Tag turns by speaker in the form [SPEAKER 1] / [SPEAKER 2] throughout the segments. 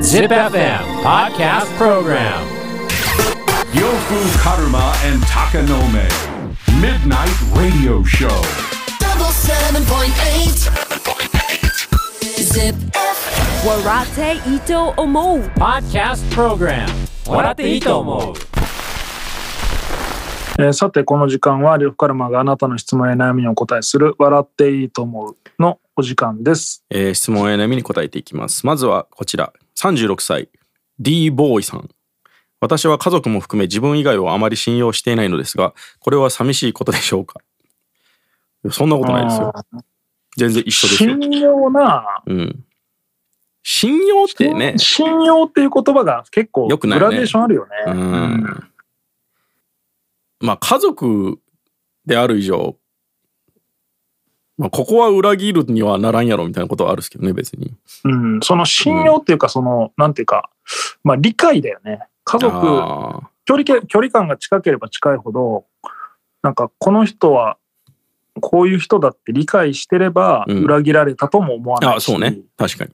[SPEAKER 1] Zip FM Podcast Program
[SPEAKER 2] Yofu Karuma and Takanome. Midnight Radio Show.
[SPEAKER 3] double seven point eight. Zip.
[SPEAKER 4] Warate Ito Omo
[SPEAKER 1] Podcast Program 笑っていいと思う
[SPEAKER 5] えーさてこの時間は呂布カルマがあなたの質問や悩みにお答えする「笑っていいと思う」のお時間です。
[SPEAKER 6] えー質問や悩みに答えていきます。まずはこちら、36歳、D ボーイさん。私は家族も含め自分以外をあまり信用していないのですが、これは寂しいことでしょうかいやそんなことないですよ。全然一緒ですよ
[SPEAKER 5] 信。用な
[SPEAKER 6] うん。信用ってね、
[SPEAKER 5] 信用っていう言葉が結構
[SPEAKER 6] よくない
[SPEAKER 5] グ
[SPEAKER 6] よね
[SPEAKER 5] ラデーションあるよね。
[SPEAKER 6] う
[SPEAKER 5] うん
[SPEAKER 6] ん。まあ家族である以上、まあここは裏切るにはならんやろみたいなことはあるんですけどね、別に。
[SPEAKER 5] うんその信用っていうかその、なんていうか、まあ、理解だよね。家族
[SPEAKER 6] あー
[SPEAKER 5] 距離け距離感が近ければ近いほどなんかこの人はこういう人だって理解してれば
[SPEAKER 6] うん
[SPEAKER 5] 裏切られたとも思わな
[SPEAKER 6] あ、
[SPEAKER 5] いし、
[SPEAKER 6] そうね。確かに。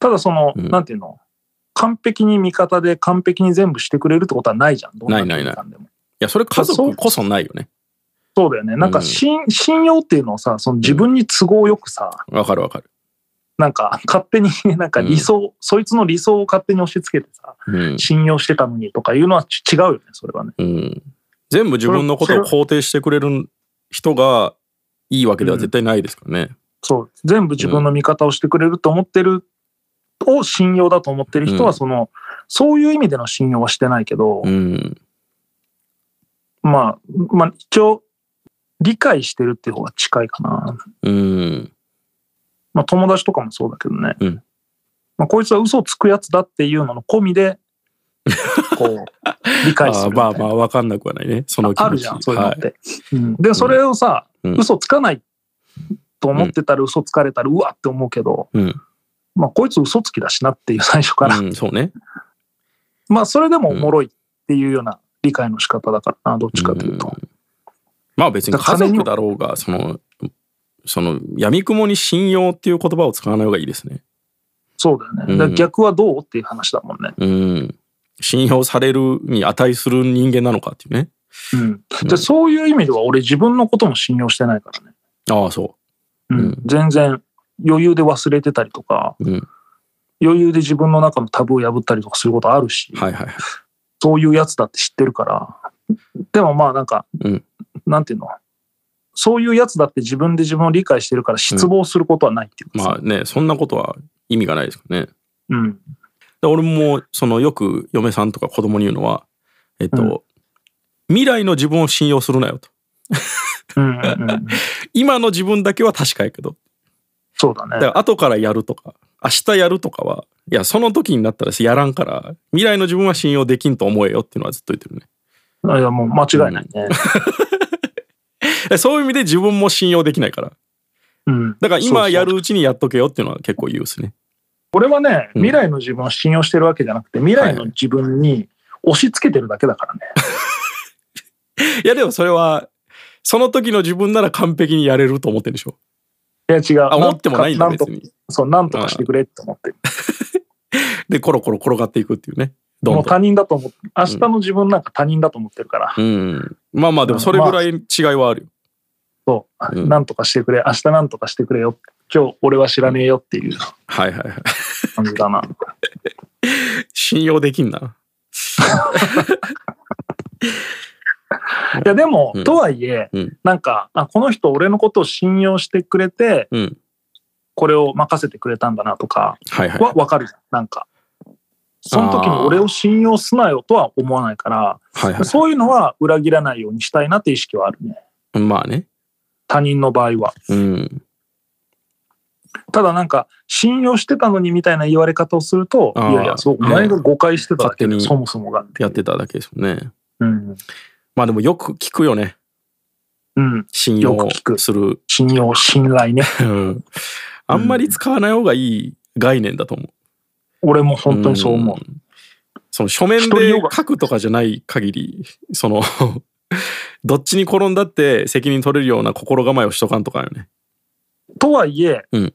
[SPEAKER 5] ただその、
[SPEAKER 6] うん
[SPEAKER 5] なんていうの完璧に味方で完璧に全部してくれるってことはないじゃん。どん
[SPEAKER 6] ないない
[SPEAKER 5] 距離感でも
[SPEAKER 6] いや、それ家族こそないよね。
[SPEAKER 5] そうだよね。なん
[SPEAKER 6] う
[SPEAKER 5] か
[SPEAKER 6] ん
[SPEAKER 5] 信、信用っていうのをさ、その自分に都合よくさ、
[SPEAKER 6] わかるわかる。
[SPEAKER 5] なんか勝手に なんか理想、そいつの理想を勝手に押し付けてさ、
[SPEAKER 6] うん。
[SPEAKER 5] 信用してたのにとかいうのはち違うよね、それはね。
[SPEAKER 6] うん、全部自分のことを肯定してくれる人がいいわけでは絶対ないですからね。
[SPEAKER 5] そう。全部自分の味方をしてくれると思ってる、を信用だと思ってる人
[SPEAKER 6] う
[SPEAKER 5] は、
[SPEAKER 6] ん
[SPEAKER 5] その、そういう意味での信用はしてないけど、
[SPEAKER 6] うん。
[SPEAKER 5] まあ、まあ、一応、理解してるっていう方が近いかな。
[SPEAKER 6] うん。
[SPEAKER 5] まあ、友達とかもそうだけどね、
[SPEAKER 6] うん
[SPEAKER 5] まあ、こいつは嘘をつくやつだっていうのの込み でこう理
[SPEAKER 6] あ
[SPEAKER 5] 解する
[SPEAKER 6] ー
[SPEAKER 5] みたいな
[SPEAKER 6] まあまあ、わかんなくはないね。その気持ち
[SPEAKER 5] あるじゃんそういうの
[SPEAKER 6] は
[SPEAKER 5] っ
[SPEAKER 6] い
[SPEAKER 5] て、うんでそれをさ、
[SPEAKER 6] うん
[SPEAKER 5] 嘘つかないと思ってたら嘘つかれたらうわって思うけど、
[SPEAKER 6] うん
[SPEAKER 5] まあ、こいつ嘘つきだしなっていう最初から、
[SPEAKER 6] うん。そうね。
[SPEAKER 5] まあそれでもおもろいっていうような理解の仕方だからなどっちかというと、
[SPEAKER 6] うんまあ別に家族だろうが、その、その、やみくもに信用っていう言葉を使わない方がいいですね。
[SPEAKER 5] そうだよね、
[SPEAKER 6] うん
[SPEAKER 5] だから逆はどうっていう話だもんね、
[SPEAKER 6] うん。信用されるに値する人間なのかっていうね。
[SPEAKER 5] うん、
[SPEAKER 6] うん
[SPEAKER 5] でそういう意味では俺自分のことも信用してないからね
[SPEAKER 6] ああ、そううん
[SPEAKER 5] ん、全然余裕で忘れてたりとか、
[SPEAKER 6] う。うん。
[SPEAKER 5] 余裕で自分の中のタブーを破ったりとかすることあるし、
[SPEAKER 6] はいはいはい。
[SPEAKER 5] そういうやつだって知ってるから、でもまあなんか、
[SPEAKER 6] うん
[SPEAKER 5] なんていうの、そういうやつだって自分で自分を理解してるから失望することはないっていうか
[SPEAKER 6] まあ
[SPEAKER 5] さ、
[SPEAKER 6] ね、そんなことは意味がないですからね。
[SPEAKER 5] うん、
[SPEAKER 6] で俺もそのよく嫁さんとか子供に言うのは、えっと
[SPEAKER 5] うん
[SPEAKER 6] 未来の自分を信用するなよと
[SPEAKER 5] うん、うん、うん
[SPEAKER 6] 今の自分だけは確かやけど
[SPEAKER 5] そうだ
[SPEAKER 6] だか
[SPEAKER 5] ね。
[SPEAKER 6] ら後からやるとか明日やるとかはいやその時になったらやらんから未来の自分は信用できんと思えよっていうのはずっと言ってるね
[SPEAKER 5] いやもう間違いないね。
[SPEAKER 6] でそういう意味で自分も信用できないから
[SPEAKER 5] うん。
[SPEAKER 6] だから今や
[SPEAKER 5] そうそう。
[SPEAKER 6] るうちにやっとけよっていうのは結構言うですね
[SPEAKER 5] これはね、
[SPEAKER 6] うん
[SPEAKER 5] 未来の自分を信用してるわけじゃなくて、未来の自分に押し付けてるだけだからね。
[SPEAKER 6] いやでもそれはその時の自分なら完璧にやれると思ってるでしょ
[SPEAKER 5] いや違う。
[SPEAKER 6] あ思ってもないんだ
[SPEAKER 5] なん
[SPEAKER 6] 別
[SPEAKER 5] と
[SPEAKER 6] に
[SPEAKER 5] そう、なんとかしてくれって思ってる。
[SPEAKER 6] でコロコロ転がっていくっていうねどん
[SPEAKER 5] も
[SPEAKER 6] ど
[SPEAKER 5] うん他人だと思って、明日の自分なんか他人だと思ってるから、
[SPEAKER 6] うんまあまあでもそれぐらい違いはあるよ、
[SPEAKER 5] そう、
[SPEAKER 6] うん
[SPEAKER 5] なんとかしてくれ、明日なんとかしてくれよ、今日俺は知らねえよっていう
[SPEAKER 6] はいはいはい
[SPEAKER 5] 感じだな。
[SPEAKER 6] 信用できんな。
[SPEAKER 5] いや、でも、
[SPEAKER 6] うん
[SPEAKER 5] とはいえ、
[SPEAKER 6] うん
[SPEAKER 5] なんか、あ、この人俺のことを信用してくれて、
[SPEAKER 6] うん。
[SPEAKER 5] これを任せてくれたんだなとか
[SPEAKER 6] はいはい。
[SPEAKER 5] はわかるじゃん、なんか。その時に俺を信用すなよとは思わないか
[SPEAKER 6] はい
[SPEAKER 5] ら、そういうのは裏切らないようにしたいなって意識はあるね。
[SPEAKER 6] い。まあね。
[SPEAKER 5] 他人の場合は。
[SPEAKER 6] うん。
[SPEAKER 5] ただなんか、信用してたのにみたいな言われ方をすると、い
[SPEAKER 6] あー
[SPEAKER 5] やいや、そう、お前が誤解してただけ
[SPEAKER 6] う
[SPEAKER 5] で、
[SPEAKER 6] ん
[SPEAKER 5] そもそもがっていう。
[SPEAKER 6] やってただけですもんね。
[SPEAKER 5] うん。
[SPEAKER 6] まあでもよく聞くよね。
[SPEAKER 5] うん。
[SPEAKER 6] 信用
[SPEAKER 5] よく聞く
[SPEAKER 6] する。
[SPEAKER 5] 信用、信頼ね。
[SPEAKER 6] うんあんまり使わない方がいい概念だと思う。
[SPEAKER 5] 俺も本当にそう思う。
[SPEAKER 6] んその書面
[SPEAKER 5] 人に
[SPEAKER 6] で
[SPEAKER 5] よが
[SPEAKER 6] 書くとかじゃない限り、その、 どっちに転んだって責任取れるような心構えをしとかんとかよね。
[SPEAKER 5] とはいえ、
[SPEAKER 6] うん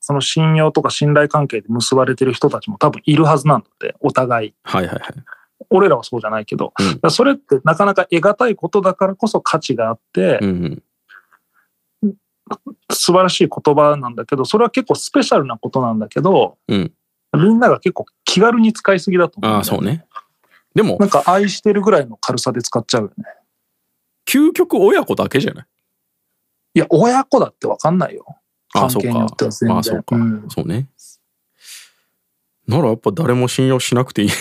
[SPEAKER 5] その信用とか信頼関係で結ばれてる人たちも多分いるはずなんだって、お互い。
[SPEAKER 6] はいはいはい。
[SPEAKER 5] 俺らはそうじゃないけど、
[SPEAKER 6] うん
[SPEAKER 5] だからそれってなかなか得難いことだからこそ価値があって、
[SPEAKER 6] うんうん。
[SPEAKER 5] 素晴らしい言葉なんだけど、それは結構スペシャルなことなんだけど、
[SPEAKER 6] うん
[SPEAKER 5] みんなが結構気軽に使いすぎだと思う、
[SPEAKER 6] ああ、そう。ね。でも
[SPEAKER 5] な、んか愛してるぐらいの軽さで使っちゃうよね。
[SPEAKER 6] 究極親子だけじゃない
[SPEAKER 5] いや、親子だってわかんないよ。
[SPEAKER 6] あ
[SPEAKER 5] 関
[SPEAKER 6] あ、そう
[SPEAKER 5] 係によって
[SPEAKER 6] か
[SPEAKER 5] は全。然。
[SPEAKER 6] まあ、そうか
[SPEAKER 5] ん。
[SPEAKER 6] そうね。ならやっぱ誰も信用しなくていい。
[SPEAKER 5] い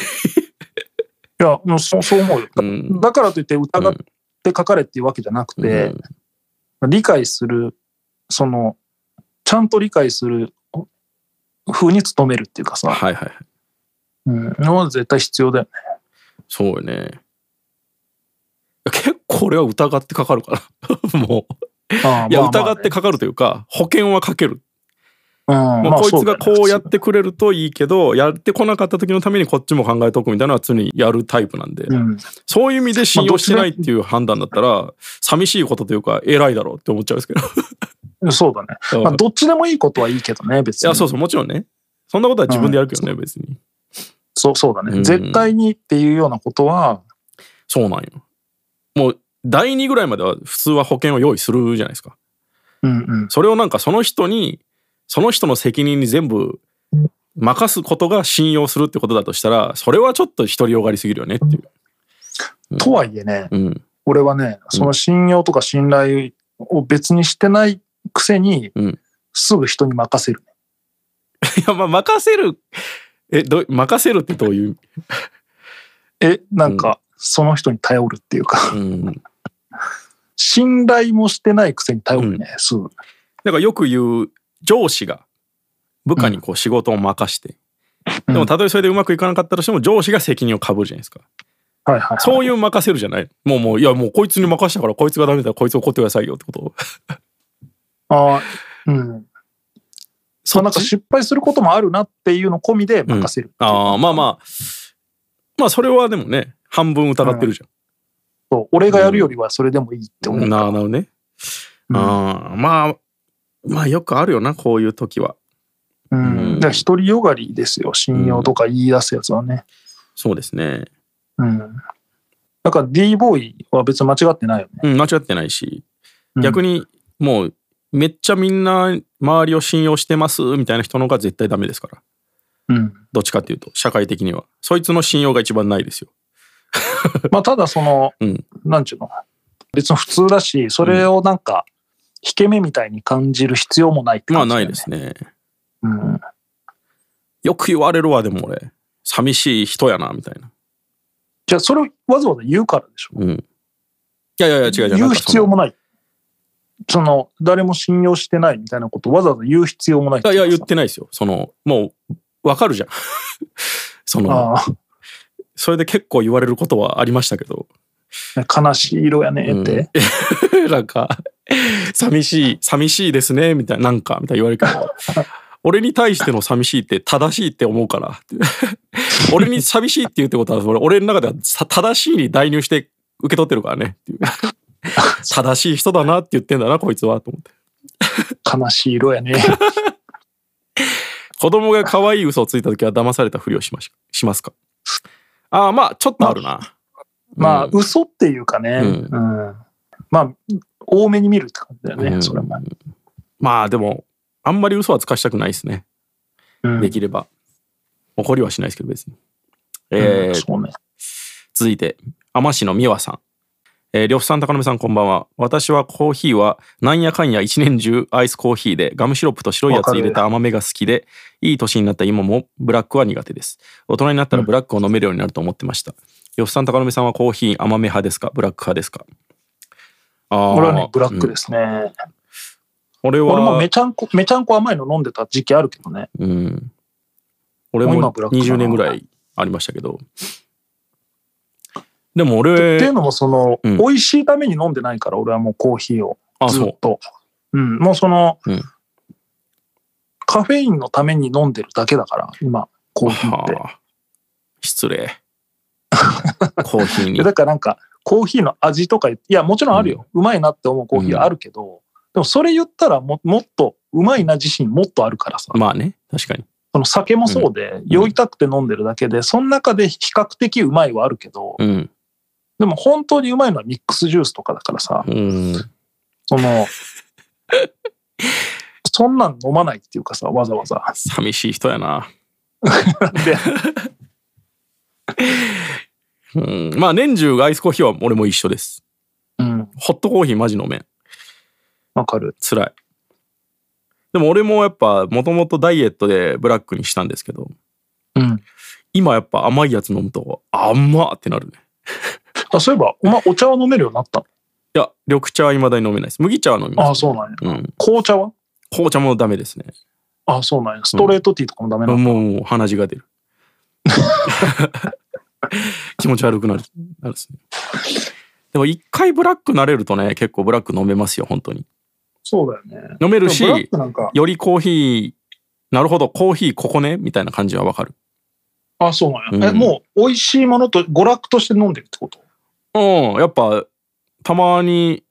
[SPEAKER 5] や、もうそうそう思うよ。
[SPEAKER 6] うん
[SPEAKER 5] だからといって疑って書かれっていうわけじゃなくて、理解する、その、ちゃんと理解する風に努めるっていうか
[SPEAKER 6] うん
[SPEAKER 5] さ、
[SPEAKER 6] はいはいはい。
[SPEAKER 5] うん、のは絶対必要だよね。
[SPEAKER 6] そうよね。結構これは疑ってかかるから も
[SPEAKER 5] ああ
[SPEAKER 6] う。いや、
[SPEAKER 5] まあまあ
[SPEAKER 6] 疑ってかかるというか、保険はかける。
[SPEAKER 5] うん
[SPEAKER 6] も
[SPEAKER 5] ま
[SPEAKER 6] う
[SPEAKER 5] あ
[SPEAKER 6] こい
[SPEAKER 5] そ
[SPEAKER 6] つ
[SPEAKER 5] だ
[SPEAKER 6] が
[SPEAKER 5] よね
[SPEAKER 6] こうやってくれるといいけど、やってこなかった時のためにこっちも考えとくみたいなのは常にやるタイプなんで。
[SPEAKER 5] うん、
[SPEAKER 6] そういう意味で信用してないっていう判断だったら、寂しいことというか、偉いだろうって思っちゃうんですけど。
[SPEAKER 5] そうだね。
[SPEAKER 6] うん
[SPEAKER 5] まあ、どっちでもいいことはいいけどね、別
[SPEAKER 6] い
[SPEAKER 5] に。
[SPEAKER 6] や、そうそう、もちろんね。そんなことは自分でやるけどね、別に。
[SPEAKER 5] そうそうだね、
[SPEAKER 6] うん
[SPEAKER 5] 絶対にっていうようなことは、
[SPEAKER 6] そうなんよ。もう、第2ぐらいまでは普通は保険を用意するじゃないですか。
[SPEAKER 5] うんうん、
[SPEAKER 6] それをなんかその人に、その人の責任に全部任すことが信用するってことだとしたら、それはちょっと独りよがりすぎるよねっていう。
[SPEAKER 5] とはいえね、
[SPEAKER 6] うん、
[SPEAKER 5] 俺はね、その信用とか信頼を別にしてないくせに、
[SPEAKER 6] うん
[SPEAKER 5] すぐ人に任せる。
[SPEAKER 6] いや、まあ、任せる。え、どう、任せるってどういう。
[SPEAKER 5] え、なんか、その人に頼るっていうか、
[SPEAKER 6] うん。
[SPEAKER 5] 信頼もしてないくせに頼るね、すぐ。
[SPEAKER 6] なんかよく言う上司が部下にこう仕事を任して、
[SPEAKER 5] うん
[SPEAKER 6] でもたとえそれでうまくいかなかったとしても上司が責任をかぶるじゃないですか、
[SPEAKER 5] はいはい、はい。
[SPEAKER 6] そういう任せるじゃないもうもういやもうこいつに任したからこいつがダメだったらこいつ怒ってくださいよって ことを
[SPEAKER 5] あーうん。
[SPEAKER 6] そっち
[SPEAKER 5] なんか失敗することもあるなっていうの込みで任せる。
[SPEAKER 6] あーまあまあまあそれはでもね半分疑ってるじ
[SPEAKER 5] そう俺がやるよりはそれでもいいって
[SPEAKER 6] ゃん、
[SPEAKER 5] 思う。
[SPEAKER 6] なあなるほどね、
[SPEAKER 5] うん
[SPEAKER 6] あーまあまあよくあるよなこういう時は
[SPEAKER 5] うんだから独りよがりですよ信用とか言い出すやつはね、
[SPEAKER 6] そうですね
[SPEAKER 5] うん、だから D ボーイは別に間違ってないよね、
[SPEAKER 6] うん間違ってないし
[SPEAKER 5] うん
[SPEAKER 6] 逆にもうめっちゃみんな周りを信用してますみたいな人の方が絶対ダメですから
[SPEAKER 5] うん
[SPEAKER 6] どっちかっていうと社会的にはそいつの信用が一番ないですよ
[SPEAKER 5] まあ、ただその、
[SPEAKER 6] うん
[SPEAKER 5] なんちゅうの別に普通だしそれをなんか引け目みたいに感じる必要もないって
[SPEAKER 6] まあ
[SPEAKER 5] 感じ
[SPEAKER 6] な
[SPEAKER 5] だよ
[SPEAKER 6] い
[SPEAKER 5] ね、
[SPEAKER 6] ですね
[SPEAKER 5] うん、
[SPEAKER 6] よく言われるわでも俺寂しい人やなみたいな
[SPEAKER 5] じゃあそれをわざわざ言うからでしょ
[SPEAKER 6] うんいやいやいや違う違うな
[SPEAKER 5] 言
[SPEAKER 6] ん
[SPEAKER 5] う
[SPEAKER 6] か
[SPEAKER 5] 必要もないその誰も信用してないみたいなことをわざわざ言う必要もない
[SPEAKER 6] そのいやいや言っ
[SPEAKER 5] う
[SPEAKER 6] てないですよそのもうわかるじゃん その
[SPEAKER 5] ああ
[SPEAKER 6] それで結構言われることはありましたけど、
[SPEAKER 5] 悲しい色やね
[SPEAKER 6] うん
[SPEAKER 5] って、
[SPEAKER 6] なん か寂しい寂しいですねみたいななんかみたいな言われるけど 俺に対しての寂しいって正しいって思うからって俺に寂しいって 言うってことはそれ俺の中ではさ正しいに代入して受け取ってるから ねっていう正しい人だなって言ってんだなこいつはと思って
[SPEAKER 5] 悲しい色 やね
[SPEAKER 6] 子供が可愛い嘘をついた時は騙されたふりをしまししますかああまあちょっとあるな、
[SPEAKER 5] まあ、
[SPEAKER 6] うん
[SPEAKER 5] 嘘っていうかね、
[SPEAKER 6] う
[SPEAKER 5] うんまあ多めに見るって感じだよね、
[SPEAKER 6] うん
[SPEAKER 5] それも、
[SPEAKER 6] まあでもあんまり嘘はつかしたくないですね
[SPEAKER 5] うん
[SPEAKER 6] できれば怒りはしないですけど別にえ
[SPEAKER 5] うん
[SPEAKER 6] ー、
[SPEAKER 5] そうね
[SPEAKER 6] 続いて天市の美和さんえー、呂布さん高野目さんこんばんは私はコーヒーはなんやかんや一年中アイスコーヒーでガムシロップと白いやつ入れた甘めが好きでいい年になった今もブラックは苦手です大人になったらブラックを飲めるようになると思ってました呂布さん高野目さんはコーヒー甘め派ですかブラック派ですかあ
[SPEAKER 5] 俺はねブラック
[SPEAKER 6] す、
[SPEAKER 5] ですね、
[SPEAKER 6] うん俺は
[SPEAKER 5] 俺もめちゃんこめちゃんこ甘いの飲んでた時期あるけどね
[SPEAKER 6] うん、俺
[SPEAKER 5] もう今
[SPEAKER 6] も
[SPEAKER 5] ブラックだな
[SPEAKER 6] 20年ぐらいありましたけどでも
[SPEAKER 5] ってい
[SPEAKER 6] 俺
[SPEAKER 5] うのもその、
[SPEAKER 6] うん
[SPEAKER 5] 美味しいために飲んでないから俺はもうコーヒーを
[SPEAKER 6] あ
[SPEAKER 5] ず
[SPEAKER 6] そ
[SPEAKER 5] っ
[SPEAKER 6] う
[SPEAKER 5] とうんもうその、
[SPEAKER 6] うん
[SPEAKER 5] カフェインのために飲んでるだけだから今コーヒーって
[SPEAKER 6] はあ 失礼コーヒー
[SPEAKER 5] い
[SPEAKER 6] に
[SPEAKER 5] やだからなんかコーヒーの味とかいやもちろんあるよ、うまいなって思うコーヒーはあるけど、でもそれ言ったらももっとうまいな自身もっとあるからさ。
[SPEAKER 6] まあね、確かに。
[SPEAKER 5] その酒もそうで、酔いたくて飲んでるだけで、その中で比較的うまいはあるけど、
[SPEAKER 6] うん。
[SPEAKER 5] でも本当にうまいのはミックスジュースとかだからさ、
[SPEAKER 6] うん。
[SPEAKER 5] そ の、そんなん飲まないっていうかさ、わざわざ。
[SPEAKER 6] 寂しい人やな。
[SPEAKER 5] で、
[SPEAKER 6] うん。まあ、年中アイスコーヒーは俺も一緒です。
[SPEAKER 5] うん、
[SPEAKER 6] ホットコーヒーマジ飲めん。
[SPEAKER 5] わかる。
[SPEAKER 6] 辛い。でも俺もやっぱ、もともとダイエットでブラックにしたんですけど、
[SPEAKER 5] うん。
[SPEAKER 6] 今やっぱ甘いやつ飲むと、甘ってなるね。
[SPEAKER 5] あそういえば、お前お茶は飲めるようになったの
[SPEAKER 6] いや、緑茶は未だに飲めないです。麦茶は飲みます。
[SPEAKER 5] ああ、そうなんや。
[SPEAKER 6] うん。
[SPEAKER 5] 紅茶は
[SPEAKER 6] 紅茶もダメですね。
[SPEAKER 5] ああ、そうなんや。ストレートティーとかもダメな
[SPEAKER 6] もう、
[SPEAKER 5] の、
[SPEAKER 6] もう鼻血が出る。 気持ち悪くなる。なるですね。でも一回ブラックなれるとね、結構ブラック飲めますよ、本当に。
[SPEAKER 5] そうだよね。
[SPEAKER 6] 飲めるし
[SPEAKER 5] でも、ブラックなんか、
[SPEAKER 6] よりコーヒー、なるほど、コーヒーここね、みたいな感じはわかる。
[SPEAKER 5] ああ、そうなんや。
[SPEAKER 6] う
[SPEAKER 5] え、
[SPEAKER 6] ん
[SPEAKER 5] もう、美味しいものと、娯楽として飲んでるってこと
[SPEAKER 6] うん、やっぱ、たまに、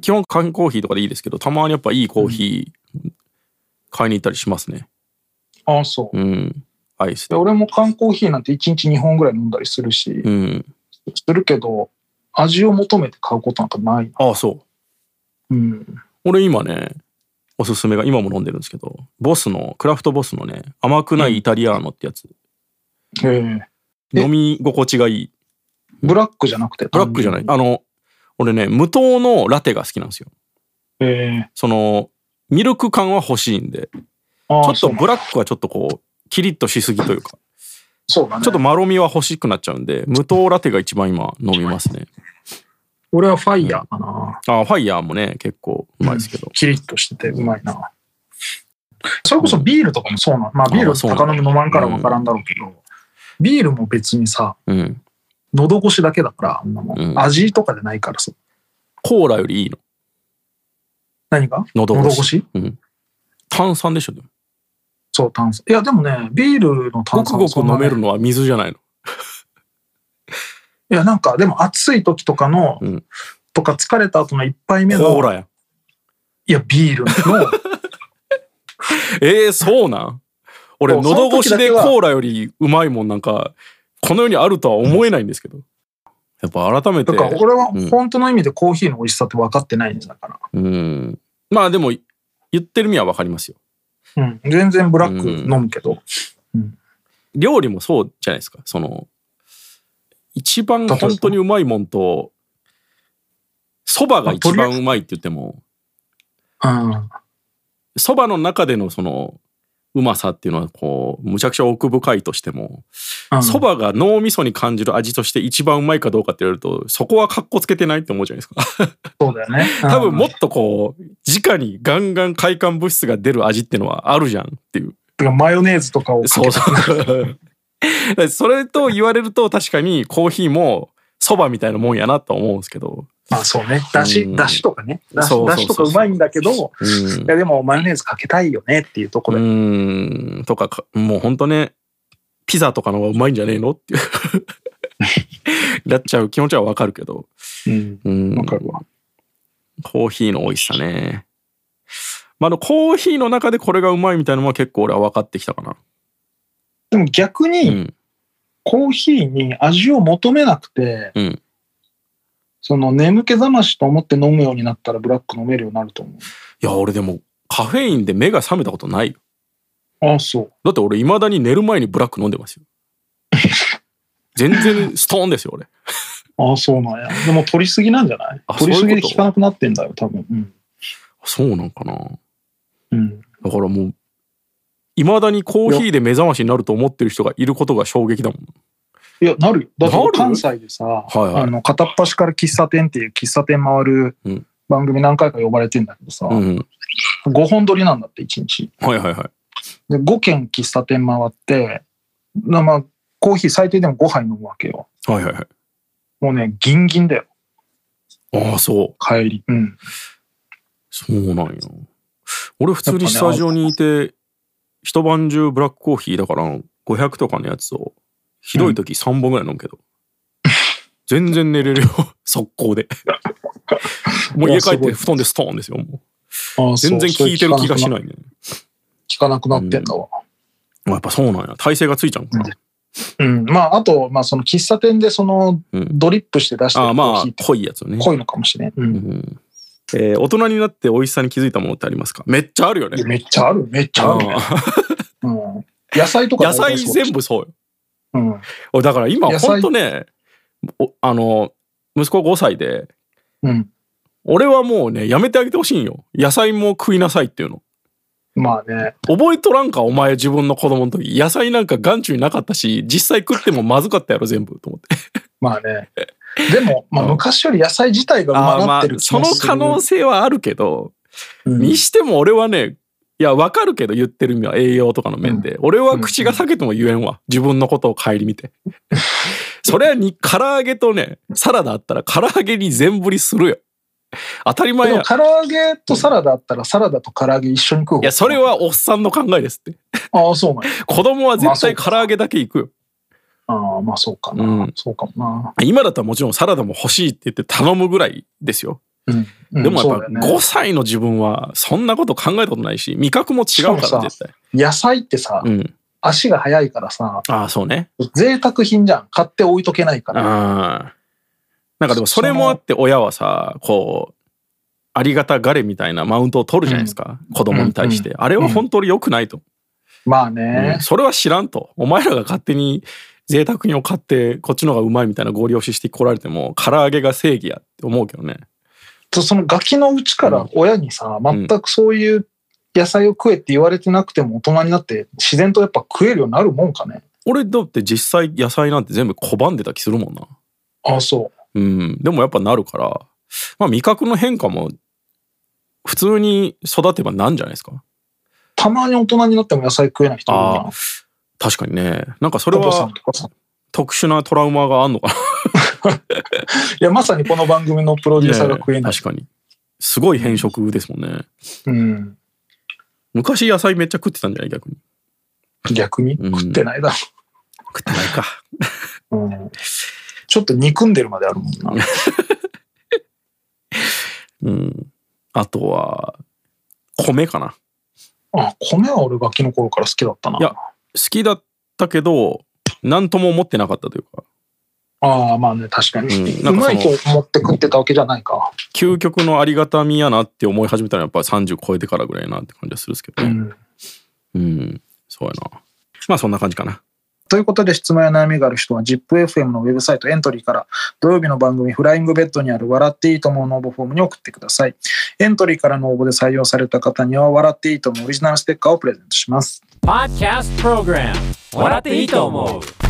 [SPEAKER 6] 基本缶コーヒーとかでいいですけど、たまにやっぱいいコーヒー買いに行ったりしますね。
[SPEAKER 5] ああ、そう。
[SPEAKER 6] うん。アイス
[SPEAKER 5] で
[SPEAKER 6] で。
[SPEAKER 5] 俺も缶コーヒーなんて1日2本ぐらい飲んだりするし、
[SPEAKER 6] うん。
[SPEAKER 5] するけど、味を求めて買うことなんかないな。
[SPEAKER 6] ああ、そ
[SPEAKER 5] う
[SPEAKER 6] う。
[SPEAKER 5] ん。
[SPEAKER 6] 俺今ね、おすすめが、今も飲んでるんですけど、ボスの、クラフトボスのね、甘くないイタリアーノってやつ。
[SPEAKER 5] へえ。え
[SPEAKER 6] 飲み心地がいい。
[SPEAKER 5] ブラックじゃなくて。
[SPEAKER 6] ブラックじゃない。
[SPEAKER 5] へ
[SPEAKER 6] あの、俺ね、無糖のラテが好きなんですよ。
[SPEAKER 5] え。
[SPEAKER 6] その、ミルク感は欲しいんで、ち
[SPEAKER 5] あ
[SPEAKER 6] ょ
[SPEAKER 5] あ、
[SPEAKER 6] っ
[SPEAKER 5] そ
[SPEAKER 6] と
[SPEAKER 5] うなん
[SPEAKER 6] ブラックはちょっとこう、キリッとしすぎというか、
[SPEAKER 5] そうだね。
[SPEAKER 6] ちょっとまろみは欲しくなっちゃうんで、無糖ラテが一番今飲みますね。
[SPEAKER 5] 俺はファイヤーかな。
[SPEAKER 6] あ、ファイヤーもね、結構うまいですけど。
[SPEAKER 5] キリッとしててうまいな。それこそビールとかもそうなの。まあビー
[SPEAKER 6] あ
[SPEAKER 5] ル
[SPEAKER 6] そうなんだ
[SPEAKER 5] 高飲み飲まんからわからんだろうけど、ビールも別にさ、
[SPEAKER 6] うん。
[SPEAKER 5] 喉越しだけだから、あんなもん
[SPEAKER 6] うん
[SPEAKER 5] 味とかでないからさ。
[SPEAKER 6] コーラよりいいの。
[SPEAKER 5] 何が
[SPEAKER 6] 喉
[SPEAKER 5] 喉
[SPEAKER 6] 越し。
[SPEAKER 5] 越し
[SPEAKER 6] うん。炭酸でしょ、でも。
[SPEAKER 5] そう、炭酸。いや、でもね、ビールの
[SPEAKER 6] ご
[SPEAKER 5] 炭
[SPEAKER 6] く
[SPEAKER 5] 酸
[SPEAKER 6] ご
[SPEAKER 5] は
[SPEAKER 6] く
[SPEAKER 5] そんな
[SPEAKER 6] 飲
[SPEAKER 5] ね
[SPEAKER 6] めるのは水じゃないの。
[SPEAKER 5] いや、なんか、でも暑い時とかの、
[SPEAKER 6] うん
[SPEAKER 5] とか疲れた後の一杯目
[SPEAKER 6] コー
[SPEAKER 5] の、
[SPEAKER 6] ラや。
[SPEAKER 5] いや、ビ ールの、
[SPEAKER 6] えー、そうなん俺、
[SPEAKER 5] そう
[SPEAKER 6] 喉越しで
[SPEAKER 5] その時だけは
[SPEAKER 6] コーラよりうまいもんなんか、この世にあるとは思えないんですけど。やっぱ改めて
[SPEAKER 5] と。か、俺は
[SPEAKER 6] うん
[SPEAKER 5] 本当の意味でコーヒーの美味しさって分かってないんだか
[SPEAKER 6] うん。まあでも、言ってる意味はわかりますよ。
[SPEAKER 5] ら。うん。全然ブラック飲むけど。
[SPEAKER 6] 料理もそうじゃないですか。その、一番本当にうまいもんと、蕎麦が一番うまいって言っても、
[SPEAKER 5] うん。
[SPEAKER 6] 蕎麦の中でのその、うまさっていうのは、こう、むちゃくちゃ奥深いとしても、
[SPEAKER 5] うん
[SPEAKER 6] そばが脳みそに感じる味として一番うまいかどうかって言われると、そこはカッコつけてないって思うじゃないですか。
[SPEAKER 5] そうだよね。
[SPEAKER 6] 多分も
[SPEAKER 5] っ
[SPEAKER 6] っとこう、直にガンガン快感物質が出る味ってのはあるじゃんっていう。
[SPEAKER 5] と。マヨネーズとかをか
[SPEAKER 6] そう
[SPEAKER 5] け
[SPEAKER 6] そう。 それと言われると確かにコーヒーもそばみたいなもんやなと思うんですけど。
[SPEAKER 5] まあそうね。だ
[SPEAKER 6] う
[SPEAKER 5] し
[SPEAKER 6] ん、
[SPEAKER 5] だしとかね。だし
[SPEAKER 6] そうそう
[SPEAKER 5] だ
[SPEAKER 6] そう
[SPEAKER 5] し
[SPEAKER 6] そう
[SPEAKER 5] とかうまいんだけど、い
[SPEAKER 6] うん
[SPEAKER 5] や、でもマヨネーズかけたいよねっていうところで。
[SPEAKER 6] うん。とかか、もうほんとね、ピザとかの方がうまいんじゃねえのっていう。 なっちゃう気持ちはわかるけど。
[SPEAKER 5] うん。
[SPEAKER 6] うん。
[SPEAKER 5] わかるわ。
[SPEAKER 6] コーヒーの美味しさね。まあ、あのコーヒーの中でこれがうまいみたいなのは結構俺は分かってきたかな。
[SPEAKER 5] でも逆
[SPEAKER 6] う
[SPEAKER 5] に、
[SPEAKER 6] ん。
[SPEAKER 5] コーヒーに味を求めなくて、
[SPEAKER 6] うん
[SPEAKER 5] その眠気覚ましと思って飲むようになったらブラック飲めるようになると思う。
[SPEAKER 6] いや、俺でもカフェインで目が覚めたことないよ。
[SPEAKER 5] ああ、そう。
[SPEAKER 6] だって俺未だに寝る前にブラック飲んでますよ。全然ストーンですよ、俺。
[SPEAKER 5] ああ、そうなんや。でも取りすぎなんじゃない
[SPEAKER 6] あ
[SPEAKER 5] 取りすぎで
[SPEAKER 6] そういうこと
[SPEAKER 5] 効かなくなってんだよ、多分。うん。
[SPEAKER 6] そうなんかな。
[SPEAKER 5] うん、
[SPEAKER 6] だからもう、未だにコーヒーで目覚ましになると思ってる人がいることが衝撃だもん。
[SPEAKER 5] いや、なるよ。だって
[SPEAKER 6] なる
[SPEAKER 5] 関西でさ、
[SPEAKER 6] いはい
[SPEAKER 5] あの片っ端から喫茶店っていう喫茶店回る
[SPEAKER 6] うん
[SPEAKER 5] 番組何回か呼ばれてんだけどさ、
[SPEAKER 6] うん。
[SPEAKER 5] 5本撮りなんだって、1日。
[SPEAKER 6] はいはいはい。
[SPEAKER 5] で、5軒喫茶店回って、なまあ、コーヒー最低でも5杯飲むわけよ。
[SPEAKER 6] はいはいはい。
[SPEAKER 5] もうね、ギンギンだよ、
[SPEAKER 6] ああ、そう。
[SPEAKER 5] 帰り。うん。
[SPEAKER 6] そうなんや。俺普通
[SPEAKER 5] やっぱ
[SPEAKER 6] に
[SPEAKER 5] ね。
[SPEAKER 6] スタジオにいて、一晩中ブラックコーヒーだから500とかのやつを、ひどい時3本ぐらい飲むけど。 全然寝れるよ。速攻で。もう家帰って布団でストーンですよ、もう。全然聞いてる気がしないいね。
[SPEAKER 5] 聞かなくなってんだわ。
[SPEAKER 6] まあ、やっぱそうなんや。体勢がついちゃうのかな。
[SPEAKER 5] うん。まあ、あと、まあ、その喫茶店でその
[SPEAKER 6] うん、
[SPEAKER 5] ドリップして出して
[SPEAKER 6] あ
[SPEAKER 5] る
[SPEAKER 6] あ、
[SPEAKER 5] コー
[SPEAKER 6] ま
[SPEAKER 5] ヒーっ
[SPEAKER 6] あ、
[SPEAKER 5] て
[SPEAKER 6] 濃いやつよね。
[SPEAKER 5] 濃いのかもしれん。う。
[SPEAKER 6] うんんえー大人になって美味しさに気づいたものってありますかめっちゃあるよ
[SPEAKER 5] いや
[SPEAKER 6] ね。
[SPEAKER 5] めっちゃある、めっちゃある。うん。野菜とか
[SPEAKER 6] 野菜全
[SPEAKER 5] 部。
[SPEAKER 6] 部そうよ
[SPEAKER 5] うん。
[SPEAKER 6] 俺。だから今、
[SPEAKER 5] 野菜
[SPEAKER 6] ほんとね、おあの、息子5歳で、
[SPEAKER 5] うん。
[SPEAKER 6] 俺はもうね、やめてあげてほしいんよ。野菜も食いなさいっていうの。
[SPEAKER 5] まあね。
[SPEAKER 6] 覚えとらんか、お前自分の子供の時。野菜なんか眼中になかったし、実際食ってもまずかったやろ、全部。と思って。
[SPEAKER 5] まあね。でも、まあ、昔より野菜自体がうまなってる気
[SPEAKER 6] そ
[SPEAKER 5] も
[SPEAKER 6] の
[SPEAKER 5] する。
[SPEAKER 6] 可能性はあるけど、
[SPEAKER 5] うん
[SPEAKER 6] にしても俺はね、いや、わかるけど言ってる意味は栄養とかの面で。俺は口が裂けても言えんわ。自分のことを顧 みて。それはに、唐揚げとね、サラダあったら唐揚げに全振りするよ。当たり前
[SPEAKER 5] で
[SPEAKER 6] や
[SPEAKER 5] も。唐揚げとサラダあったらサラダと唐揚げ一緒に食う方が
[SPEAKER 6] いや、それはおっさんの考えですって。
[SPEAKER 5] ああそうなんや
[SPEAKER 6] 子供は
[SPEAKER 5] まあ
[SPEAKER 6] 絶
[SPEAKER 5] そう
[SPEAKER 6] 対
[SPEAKER 5] か
[SPEAKER 6] 唐揚げだけ行くよ。
[SPEAKER 5] ああまあそうかな、
[SPEAKER 6] うん
[SPEAKER 5] そうかも
[SPEAKER 6] 今だったらもちろんサラダも欲しいって言って頼むぐらいですよ。
[SPEAKER 5] な、うんうん
[SPEAKER 6] でもや
[SPEAKER 5] そ
[SPEAKER 6] っ
[SPEAKER 5] うだ
[SPEAKER 6] ぱ
[SPEAKER 5] よ
[SPEAKER 6] 5歳の自分はそんなこと考えたことないし、味覚も違う
[SPEAKER 5] し
[SPEAKER 6] か
[SPEAKER 5] からもさ
[SPEAKER 6] 絶対。
[SPEAKER 5] ね、野菜ってさ、
[SPEAKER 6] うん。
[SPEAKER 5] 足が速いからさ
[SPEAKER 6] ああ、そうね。
[SPEAKER 5] 贅沢品じゃん買って置いとけないから
[SPEAKER 6] ああ。なんかでもそれもあって親はさ、こう、ありがたがれみたいなマウントを取るじゃないですか。子供に対して。あれは本当に良くないと、
[SPEAKER 5] まあ
[SPEAKER 6] う
[SPEAKER 5] ね
[SPEAKER 6] ん、それは知らんと。お前らが勝手に贅沢品を買って、こっちの方がうまいみたいな合理押ししてこられても、唐揚げが正義やって思うけどね。
[SPEAKER 5] とそのガキのうちから親にさ、
[SPEAKER 6] ん
[SPEAKER 5] 全くそういう野菜を食えって言われてなくても大人になって自然とやっぱ食えるようになるもんかね
[SPEAKER 6] 俺だって実際野菜なんて全部拒んでた気するもんな。
[SPEAKER 5] ああそ
[SPEAKER 6] うん。でもやっぱなるから、まあ味覚の変化も普通に育てばなんじゃないですか。
[SPEAKER 5] うたまに大人になっても野菜食えない人いる
[SPEAKER 6] あ
[SPEAKER 5] な
[SPEAKER 6] あ。確かにね。なんかそれ
[SPEAKER 5] お父さ
[SPEAKER 6] は
[SPEAKER 5] んとかさ
[SPEAKER 6] 特殊なトラウマがあんのかな。
[SPEAKER 5] いやまさにこの番組のプロデューサーが食えない、
[SPEAKER 6] 確かに。すごい変色ですもんね。
[SPEAKER 5] うん
[SPEAKER 6] 昔野菜めっちゃ食ってたんじゃない逆に。
[SPEAKER 5] 逆に
[SPEAKER 6] うん
[SPEAKER 5] 食ってないだ
[SPEAKER 6] 食ってないか。
[SPEAKER 5] ろう、うんちょっと憎んでるまであるもんな。
[SPEAKER 6] うん。あとは、米かな。
[SPEAKER 5] あ、米は俺ガキの頃から好きだったな。
[SPEAKER 6] いや好きだったけど、何とも思ってなかったというか、
[SPEAKER 5] ああ、まあね、確かに。
[SPEAKER 6] う
[SPEAKER 5] うん
[SPEAKER 6] なんかその
[SPEAKER 5] まいと思って食ってたわけじゃないか。
[SPEAKER 6] 究極のありがたみやなって思い始めたのはやっぱ30超えてからぐらいやなって感じはするんですけ
[SPEAKER 5] う
[SPEAKER 6] どね。
[SPEAKER 5] ん
[SPEAKER 6] うん。そうやな。まあそんな感じかな。
[SPEAKER 5] ということで質問や悩みがある人は ZIPFM のウェブサイトエントリーから土曜日の番組フライングベッドにある笑っていいと思うの応募フォームに送ってください。エントリーからの応募で採用された方には笑っていいと思うオリジナルステッカーをプレゼントします。
[SPEAKER 1] Podcast Program 笑っていいと思う